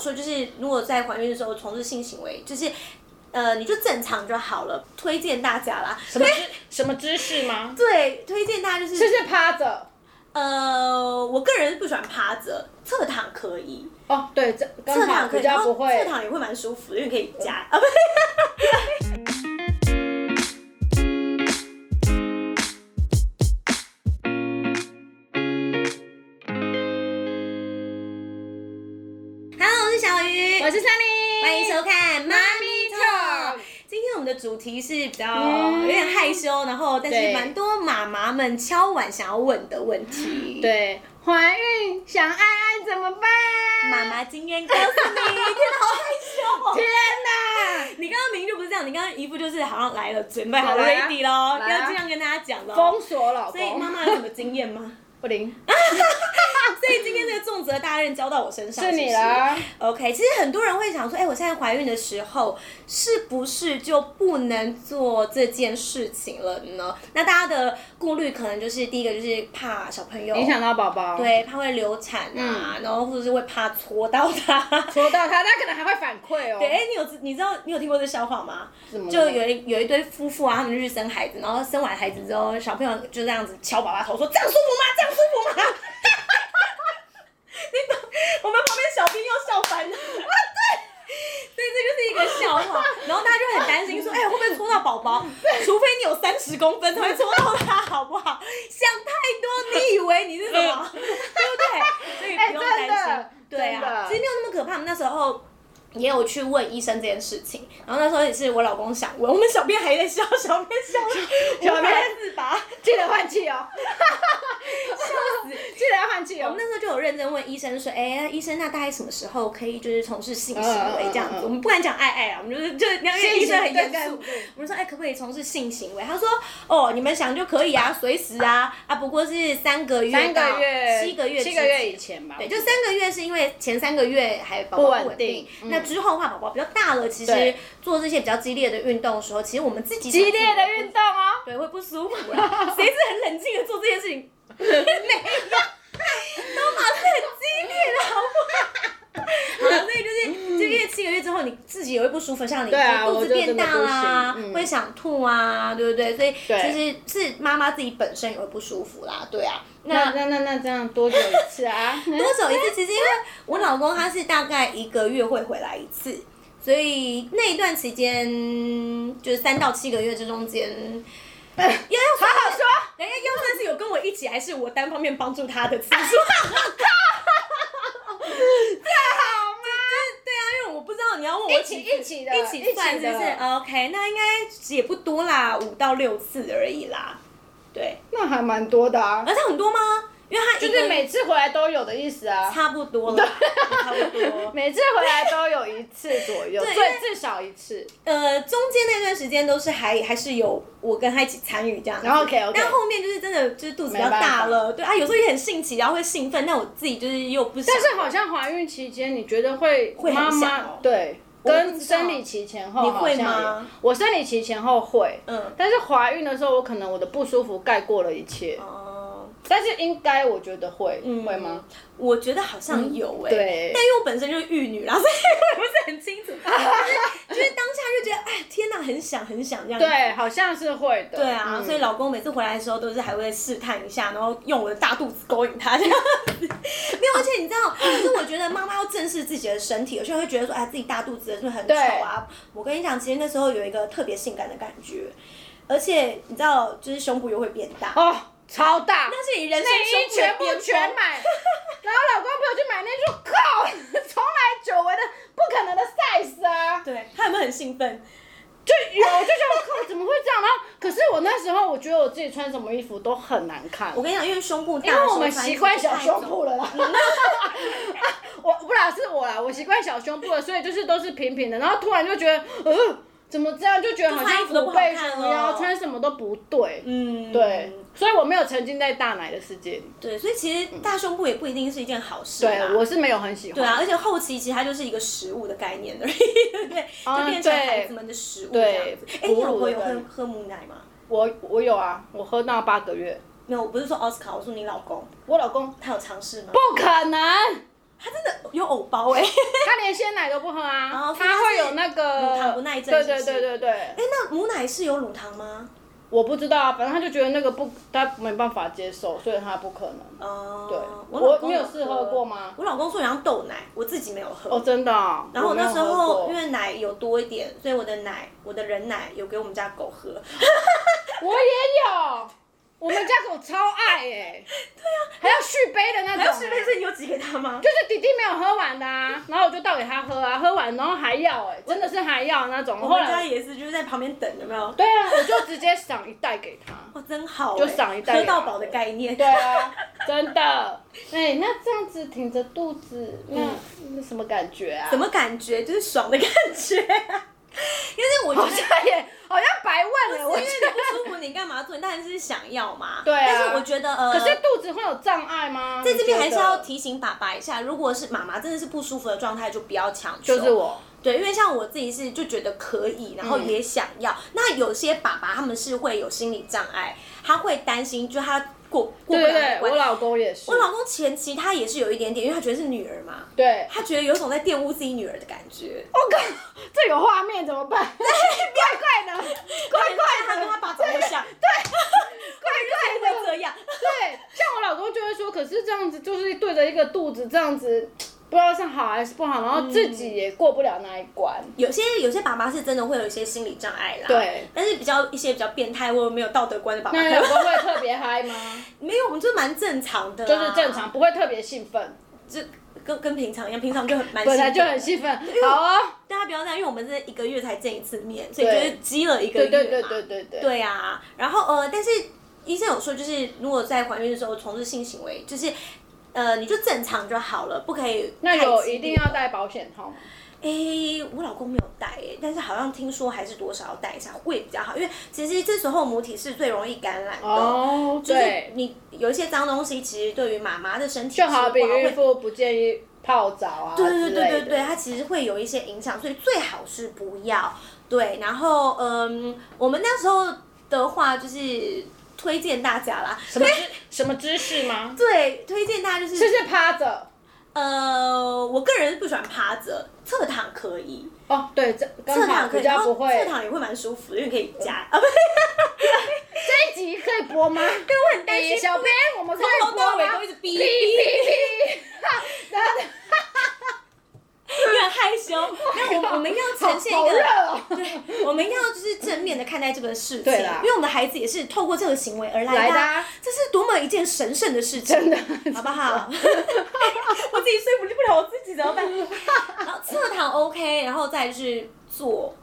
说就是，如果在怀孕的时候从事性行为，就是呃，你就正常就好了。推荐大家啦，什么姿什么姿势吗？对，推荐大家就是是不是趴着？呃，我个人是不喜欢趴着，侧躺可以，哦，对，这侧刚躺好可以，比然较后不侧会。嗯躺也会蛮舒服的，因为可以夹啊，不是。Hello，我是小鱼，我是珊妮，欢迎收看《妈咪 Talk 今天我们的主题是比较嗯有点害羞，然后但是对蛮多妈妈们敲碗想要问的问题。，对，怀孕想爱爱怎么办？妈妈今天告诉你，天哪，好害羞、天哦。哪！你刚刚明明就不是这样，你刚刚一副就是好像来了，准备好来啊 ready 咯，来啊要这样跟大家讲咯。封锁老所以公，妈啊妈有什么经验吗？不灵， 所以今天这个重责大任交到我身上，是你了。啦。 OK，其实很多人会想说，哎、我现在怀孕的时候是不是就不能做这件事情了呢？那大家的顾虑可能就是第一个就是怕小朋友影响到宝宝，，对，怕会流产啊，然后或者是会怕戳到他。戳到他，他可能还会反馈哦。对，哎、你有知你知道你有听过这笑话吗？怎么了，就有一有一对夫妇啊，他们就去生孩子，然后生完孩子之后，小朋友就这样子敲爸爸头说：“这样舒服吗？这样舒服吗？” 你懂？我们旁边小兵又笑翻了。 啊，对，对，这就是一个笑话。然后大家就很担心说：“哎、会不会戳到宝宝？除非你有三十公分才会戳到他，好不好？想太多，你以为你是什 么？对不对？所以哎不用真的担心。对真啊，的其实没有那么可怕。那时候。也有去问医生这件事情，然后那时候也是我老公想问，我们小编还在笑，小编笑小了，无编法自拔。记得换气 哦，记得要换气我哦们。那时候就有认真问医生说，哎、医生，那大概什么时候可以就是从事性行为这样嗯嗯子？嗯嗯我们不敢讲爱爱啊，我们就是就是因为医生很严肃，对，对我们说，哎、可不可以从事性行为？他说，哦，你们想就可以啊，随时啊，啊，不过是三个月三到个月，七个月之间，七个月以前吧。对，就三个月是因为前三个月还宝宝不不稳稳定定，嗯那之后的话，宝宝比较大了，其实对做这些比较激烈的运动的时候，其实我们自己激烈的动，运动哦。对，会不舒服啦。谁是很冷静的做这件事情？ 没有，都马是很激烈的，好不好？好，所以就是，就因为七个月之后，你自己也会不舒服，像你对啊肚我子就变真的大不啦，行嗯会想吐啊，对不对？所以对其实是妈妈自己本身也会不舒服啦，对啊。那那那那这样多久一 次啊？多久一次？其实因为我老公他是大概一个月会回来一次，所以那一段期间就是三到七个月这中间，要要好说，好说，哎，要算是有跟我一起，还是我单方面帮助他的 次数？好吗？ 对啊，因为我不知道你要问我一起几次一起的，一起算是不嗯是哦的？OK，那应该也不多啦，五到六次而已啦。对，那还蛮多的啊，而且很多吗？因为他就一是个每次回来都有的意思啊。差不多 了，差不多。每次回来都有一次左右，对因为最至少一次。呃，中间那段时间都是还还是有我跟他一起参与这样子，然后哦 OK，OK 但后面就是真的就是肚子比较大了，对啊，有时候也很兴起，然后会兴奋，但我自己就是又不想。但是好像怀孕期间，你觉得会会很妈想妈哦对我不跟知道生理期前后你好会像吗也我生理期前后会，嗯，但是怀孕的时候，我可能我的不舒服盖过了一切。哦、嗯但是应该我觉得会会吗？我觉得好像有哎、嗯对但因为我本身就是玉女啦，所以我也不是很清楚， 就是就是当下就觉得哎天哪，很想很想这样子。对，好像是会的。对啊，嗯所以老公每次回来的时候都是还会试探一下，然后用我的大肚子勾引他这样子。没有，而且你知道，其实我觉得妈妈要正视自己的身体，有些人会觉得说，哎，自己大肚子是不是很丑啊？我跟你讲，其实那时候有一个特别性感的感觉，而且你知道，就是胸部又会变大，哦，超大，那是你人生内胸衣部的全部巅峰全买。 然后老公陪我去买内衣，说靠， 从来久违的不可能的 size 啊。对，他有没有很兴奋？就有，就觉得我靠，怎么会这样？然后，可是我那时候我觉得我自己穿什么衣服都很难看我，跟你讲，因为胸部大，因为我们习惯小胸，部了啦。 啊我不啦，是我啦，我习惯小胸部了，所以就是都是平平的。然后突然就觉得，呃，怎么这样？就觉得好像不被就穿衣服都什么不好看腰，了穿什么都不对。嗯，对，所以我没有沉浸在大奶的世界里。对，所以其实大胸部也不一定是一件好事啦。对，我是没有很喜欢。对 啊，而且后期其实它就是一个食物的概念而已， 对不对？啊就变成孩子们的食物这样子。哎、对你老婆有哺喝乳的概念喝母奶吗？我我有啊，我喝到八个月，没有，我不是说奥斯卡，我说你老公，我老公他有尝试吗？不可能，他真的有藕包 哎、欸。他连鲜奶都不喝啊哦，所以他他会是有那乳糖个不耐症是对不对是对对对哎、，那母奶是有乳糖吗？我不知道啊，反正他就觉得那个不，他没办法接受，所以他不可能。哦、对我我老公你有喝试喝过吗我老公说很像豆奶，我自己没有喝。哦，真的啊、然后我没有那时喝过候因为奶有多一点，所以我的奶，我的人奶有给我们家狗 喝。我也有，我们家狗超爱哎、对啊，还要续杯的那还种、有是不是你有挤给他吗？就是弟弟没有喝完的啊，然后我就倒给他喝啊，喝完然后还要哎、真的是还要那种。我后们家来也是，就是在旁边等，有没有？对啊，我就直接赏一袋给他。哇，真好、欸，就赏一袋喝到饱的概念。对啊，真的。哎、那这样子挺着肚子，那、那什么感觉啊？什么感觉？就是爽的感觉、 因为我觉好得。 像也好像白问欸了，我因为觉你不舒服，你干嘛做？你当然是想要嘛。对啊但是我觉得呃，得。可是肚子会有障碍吗？在这边还是要你觉得提醒爸爸一下，如果是妈妈真的是不舒服的状态，就不要强求。就是我。对，因为像我自己是就觉得可以，然后也想要。嗯那有些爸爸他们是会有心理障碍，他会担心，就他过过不对了对那对，关我。老公也是。我老公前期他也是有一点点，因为他觉得是女儿嘛，对，他觉得有种在玷污自己女儿的感觉。我靠，这有画面怎么办？ 怪怪的，怪他怪跟的，他爸长得像，怪怪会的。这样。对，像我老公就会说，可是这样子就是对着一个肚子这样子，不知道是好还是不好，然后自己也过不了那一关。有些有些爸爸是真的会有一些心理障碍啦，对。但是比较一些比较变态或者没有道德观 的爸爸，那老公会特别嗨吗？ 没有，我们就是蛮正常的、 啊就是正，常，不会特别兴奋，就跟跟平常一样，平常就很蛮本来兴奋就很兴奋。好啊，大家不要这样，因为我们这一个月才见一次面，所以就对是积了一个月嘛。对对对对对对。对啊，然后呃，但是医生有说，就是如果在怀孕的时候从事性行为，就是呃，你就正常就好了，不可以那太有激一定烈。要带保险套吗？诶，我老公没有带诶，但是好像听说还是多少要带一下会比较好，因为其实这时候母体是最容易感染的。哦，就是对，你有一些脏东西，其实对于妈妈的身体就好比是不好会孕妇不建议泡澡啊之对类对的。对对对，它其实会有一些影响，所以最好是不要。对，然后嗯，我们那时候的话就是推荐大家啦，什么姿什么姿势吗？对，推荐大家就是是不是趴着？呃，我个人是不喜欢趴着，侧躺可以，哦，对，这侧刚好躺可比以，哦然较后侧不会。躺也会蛮舒服的，因为可以夹 啊，不是，这一集可以播吗？对，我很担心 小编，我们可以从播头到尾吗都一？直逼，有哔 哔哔！然后点害羞。那我我们要呈现一好个热哦，对，我们要就是正面的看待这个事情，对啦因为我们的孩子也是透过这个行为而来来的的啊、啊这是多么一件神圣的事情，真的好不 好？我自己说服不了我自己怎么办？啊 然后侧躺 OK，然后再就是坐，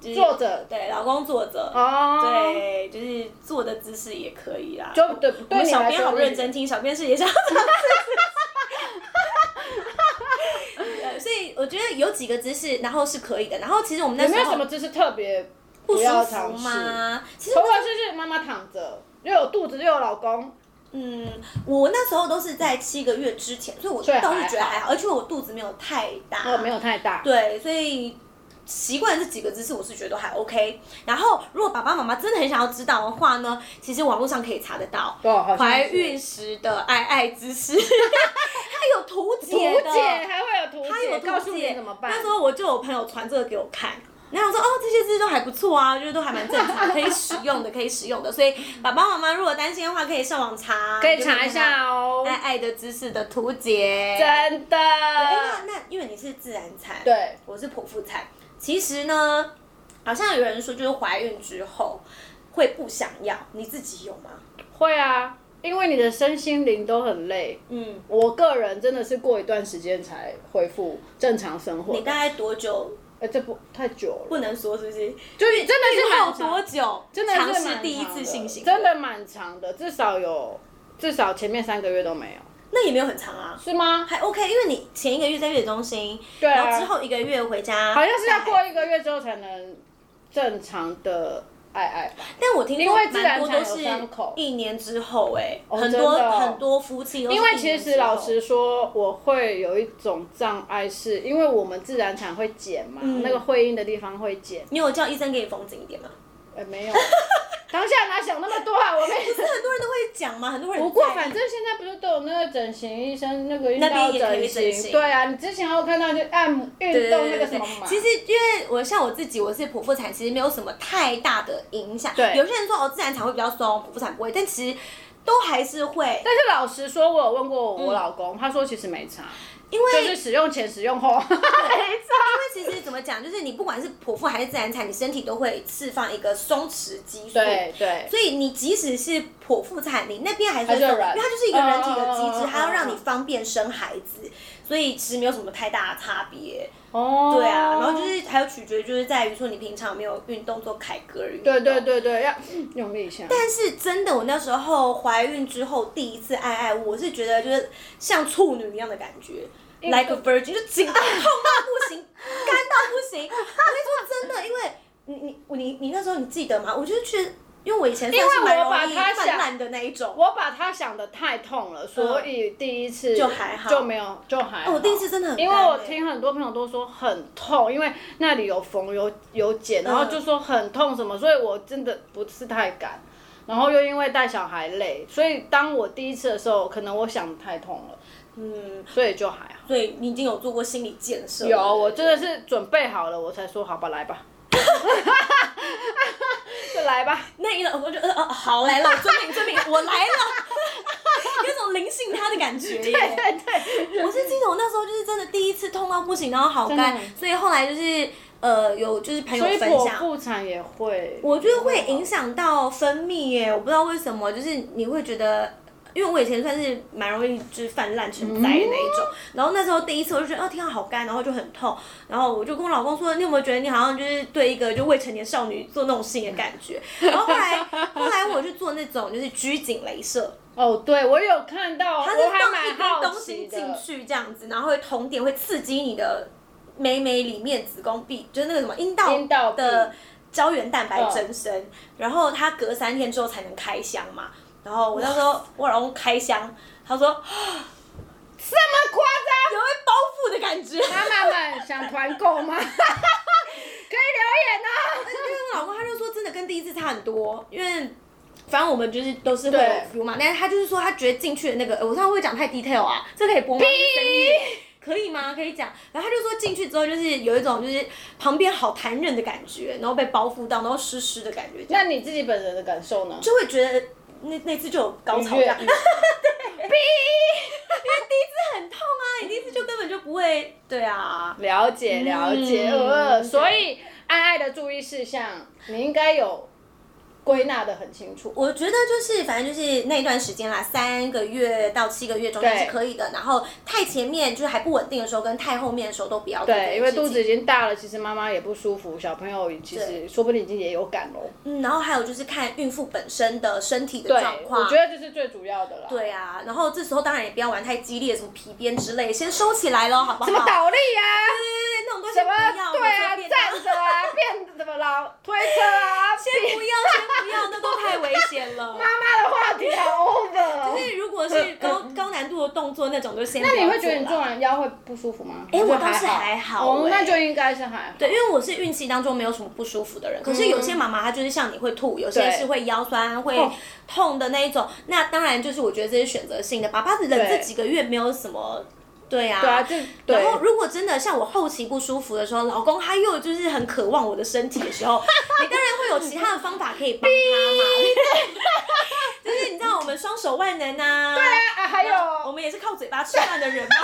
就是、坐着对，老公坐着，哦，，对，就是坐的姿势也可以啦。就对我对们你小来编说好认真，听，小编是也想。 呃所以我觉得有几个姿势，然后是可以的。然后其实我们那有时没候有什么姿势特别不不舒要服尝试？吗？其实头发就是妈妈躺着，又有肚子又有老公，嗯，我那时候都是在七个月之前，所以我所以还倒是觉得还好好，而且我肚子没有太大，哦，没有太大。对，所以习惯这几个姿势，我是觉得都还 OK。然后，如果爸爸妈妈真的很想要知道的话呢，其实网络上可以查得到对哦好像是怀孕时的爱爱姿势， 它有图图解的，解还会有图它有解，图告诉解你怎么办那。时候我就有朋友传这个给我看。然后我说哦，这些姿势都还不错啊，就是都还蛮正常，可以使用的，可以使用的。所以爸爸妈妈如果担心的话，可以上网查，可以查一下哦就，是看看爱爱的姿势的图解。真的。哎，那那因为你是自然产，对，我是剖腹产。其实呢，好像有人说，就是怀孕之后会不想要，你自己有吗？会啊，因为你的身心灵都很累。嗯，我个人真的是过一段时间才恢复正常生活你。大概多久哎，这不太久了，不能说是不是？就真的是孕后蛮多长，久？真的是尝蛮试长第一次的性行为，真的蛮长的，至少有至少前面三个月都没有，那也没有很长啊，是吗？还 OK，因为你前一个月在月子中心，对啊然后之后一个月回家，好像是要过。一个月之后才能正常的爱爱吧。但我听因说为自蛮然多产都有是伤口一年之后、欸，哎、哦很真多、的哦很多夫妻都是因为一其年实之后老实说，我会有一种障碍，是因为我们自然产会嗯 剪嘛，那个会阴的地方会剪。你有叫医生给你缝紧一点吗？哎，没有，当下哪想那么多啊？我跟你 不是很多人都会讲吗？很多人不过在意反正现在不是都有那个整形医生，那个运那边动也可以整形，形对啊，你之前还有看到就按摩运对动对那对个对什对么嘛，其实因为我像我自己，我是剖腹产，其实没有什么太大的影响。对有些人说哦，自然产会比较松，剖腹产不会，但其实都还是会，但是老实说，我有问过我老公，他说其实没差，因为就是使用前使用后，因为其实怎么讲，就是你不管是剖腹还是自然产，你身体都会释放一个松弛激素。对 对，所以你即使是剖腹产，你那边还是还会是有松因为软它就是一个人体的嗯嗯嗯机嗯嗯制，它要让你方便生孩子，所以其实没有什么太大的差别。哦，对啊，然后就是还有取决就是在于说你平常有没有运动做凯格尔运动。对对对对，要嗯用力一下。但是真的，我那时候怀孕之后第一次爱爱，我是觉得就是像处女一样的感觉，like a virgin，就紧到痛到不 行，干到不行。我跟你说真的，因为你你我你你那时候你记得吗？我就是去，因为我以前算是因为蛮我容把易它想泛滥的那一种。我把它想的太痛了，所以第一次嗯就还好哦就没有就还好。我第一次真的很干因为我欸听很多朋友都说很痛，因为那里有缝有有茧，嗯然后就说很痛什么，所以我真的不是太敢。然后又因为带小孩累，所以当我第一次的时候，可能我想得太痛了，嗯，所以就还好。所以你已经有做过心理建设了。有，哦我真的是准备好了，我才说好吧，来吧， 就 来吧。那一种我就呃呃好来了，遵命遵命，我来了， 有种灵性他的感觉耶。 对对，我是记得我那时候就是真的第一次痛到不行，然后好干真的，所以后来就是呃有就是朋友所以分剖享，腹产也会，我觉得会影响到分泌耶，我不知道为什么，就是你会觉得。因为我以前算是蛮容易就是泛滥成灾的那一嗯种，然后那时候第一次我就觉得哦天啊好干，然后就很痛，然后我就跟我老公说，你有没有觉得你好像就是对一个就未成年少女做那种性的感觉？然后后来后来我去做那种就是拘谨镭射，哦，对，我有看到，我它是还放一蛮堆好东奇西的。进去这样子，然后会通电，会刺激你的美美里面子宫壁，就是那个什么阴阴道道壁的胶原蛋白增生，然后它隔三天之后才能开箱嘛。然后我那时候我老公开箱，他说 啊这么夸有被包覆的感觉。张？妈妈们想团购吗？可 以留啊 因为我老公他就说真的跟第一次差很多，因为反正我们就是都是会对有 feel 嘛，但是他就是说他觉得进去的那个，呃我上次会讲太 detail 啊，这可以播吗？这是生意可以吗？可以讲。然后他就说进去之后就是有一种就是旁边好弹韧的感觉，然后被包覆到，然后湿湿的感觉，这言啊！样那你自己本人的感受呢？就会觉得那那次就有高潮愉这悦样。 对，因为第一次很痛啊，你第一次就根本就不会，对啊。了解了解，嗯呃，所以爱爱的注意事项，你应该有归纳的很清楚。我觉得就是，反正就是那一段时间啦，三个月到七个月中间对是可以的。然后太前面就是还不稳定的时候，跟太后面的时候都不要做这对，件因为事肚情子已经大了，其实妈妈也不舒服，小朋友其实对说不定已经也有感了。嗯，然后还有就是看孕妇本身的身体的对状，况。我觉得这是最主要的啦。对啊，然后这时候当然也不要玩太激烈，什么皮鞭之类，先收起来咯，好不好？什么倒立呀、对对对，那种东西什不嗯要，么对随啊，便当站着啊，变什么老推车啊， 先不要，先不要，那都太危险了。妈妈的话题好 over 所哦。以如果是高高难度的动作那种，就先那不你要会觉得你啦做完腰会不舒服吗？哎还我倒是还好哦，哎那就应该是还好。对，因为我是孕期当中没有什么不舒服的人，可是有些妈妈她就是像你会吐，有些嗯对是会腰酸、会痛痛的那一种。那当然就是我觉得这是选择性的，爸爸忍对这几个月没有什么，对啊。对啊，这对然后如果真的像我后期不舒服的时候，老公他又就是很渴望我的身体的时候，你当然会有其他的方法可以帮他嘛。 就是你知道我们双手万能呐、对啊，还我有们也是靠嘴巴吃饭的人嘛。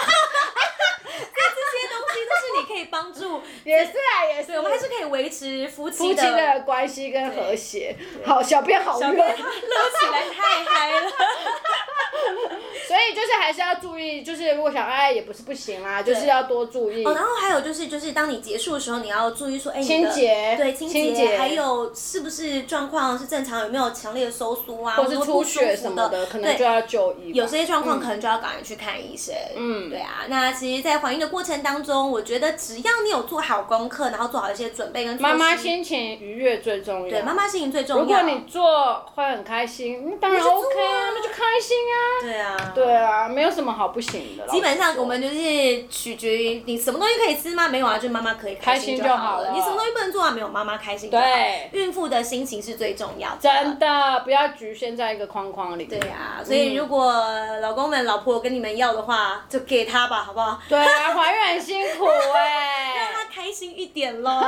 那这些东西都是你可以帮助也是啊，也是对，我们还是可以维持夫夫妻妻的。的关系跟和谐。好，小编好小热编，他乐起来太嗨了，所以就是还是要注意，就是如果想爱也不是不行啦，就是要多注意。哦， 然后还有就是，就是当你结束的时候，你要注意说，哎，清你的洁对清清洁还有是不是状况是正常，有没有强烈的收缩啊，或者是不出舒血服什么的，可能对就要嗯就医吧。有这些状况可能就要赶快去看医生。嗯，对啊。那其实，在怀孕的过程当中，我觉得只要你有做好功课，然后做好一些准备跟措妈妈施心情愉悦最重要。对妈妈心情最重要。如果你做会很开心，那当然就做啊 OK 啊，那就开心啊。对啊，对啊，没有什么好不行的。基本上我们就是取决于你什么东西可以吃吗？没有啊，就妈妈可以开心开心就就好好了你什么东西不能做啊？没有，妈妈开心就好。对孕妇的心情是最重要的。真的不要局限在一个框框里。对啊，所以如果老公们、老婆跟你们要的话，就给他吧，好不好？对啊，怀孕很辛 苦哎、让他开心一点 喽。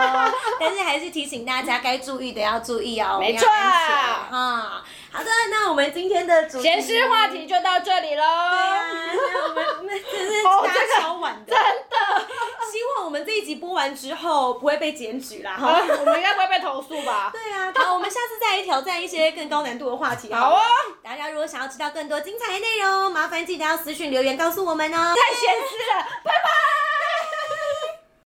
但是还是提醒大家，该注意的要注意哦。没我们要安错全啊、好的，那我们今天的主题闲事话题就到这里喽。对啊，那我们我们真是哦大这个家超晚的，真的。希望我们这一集播完之后不会被检举啦，哈。我们应该不会被投诉吧？对啊，好，我们下次再来挑战一些更高难度的话题。好哦，大家如果想要知道更多精彩的内容，麻烦记得要私讯留言告诉我们哦。太闲事了，拜拜。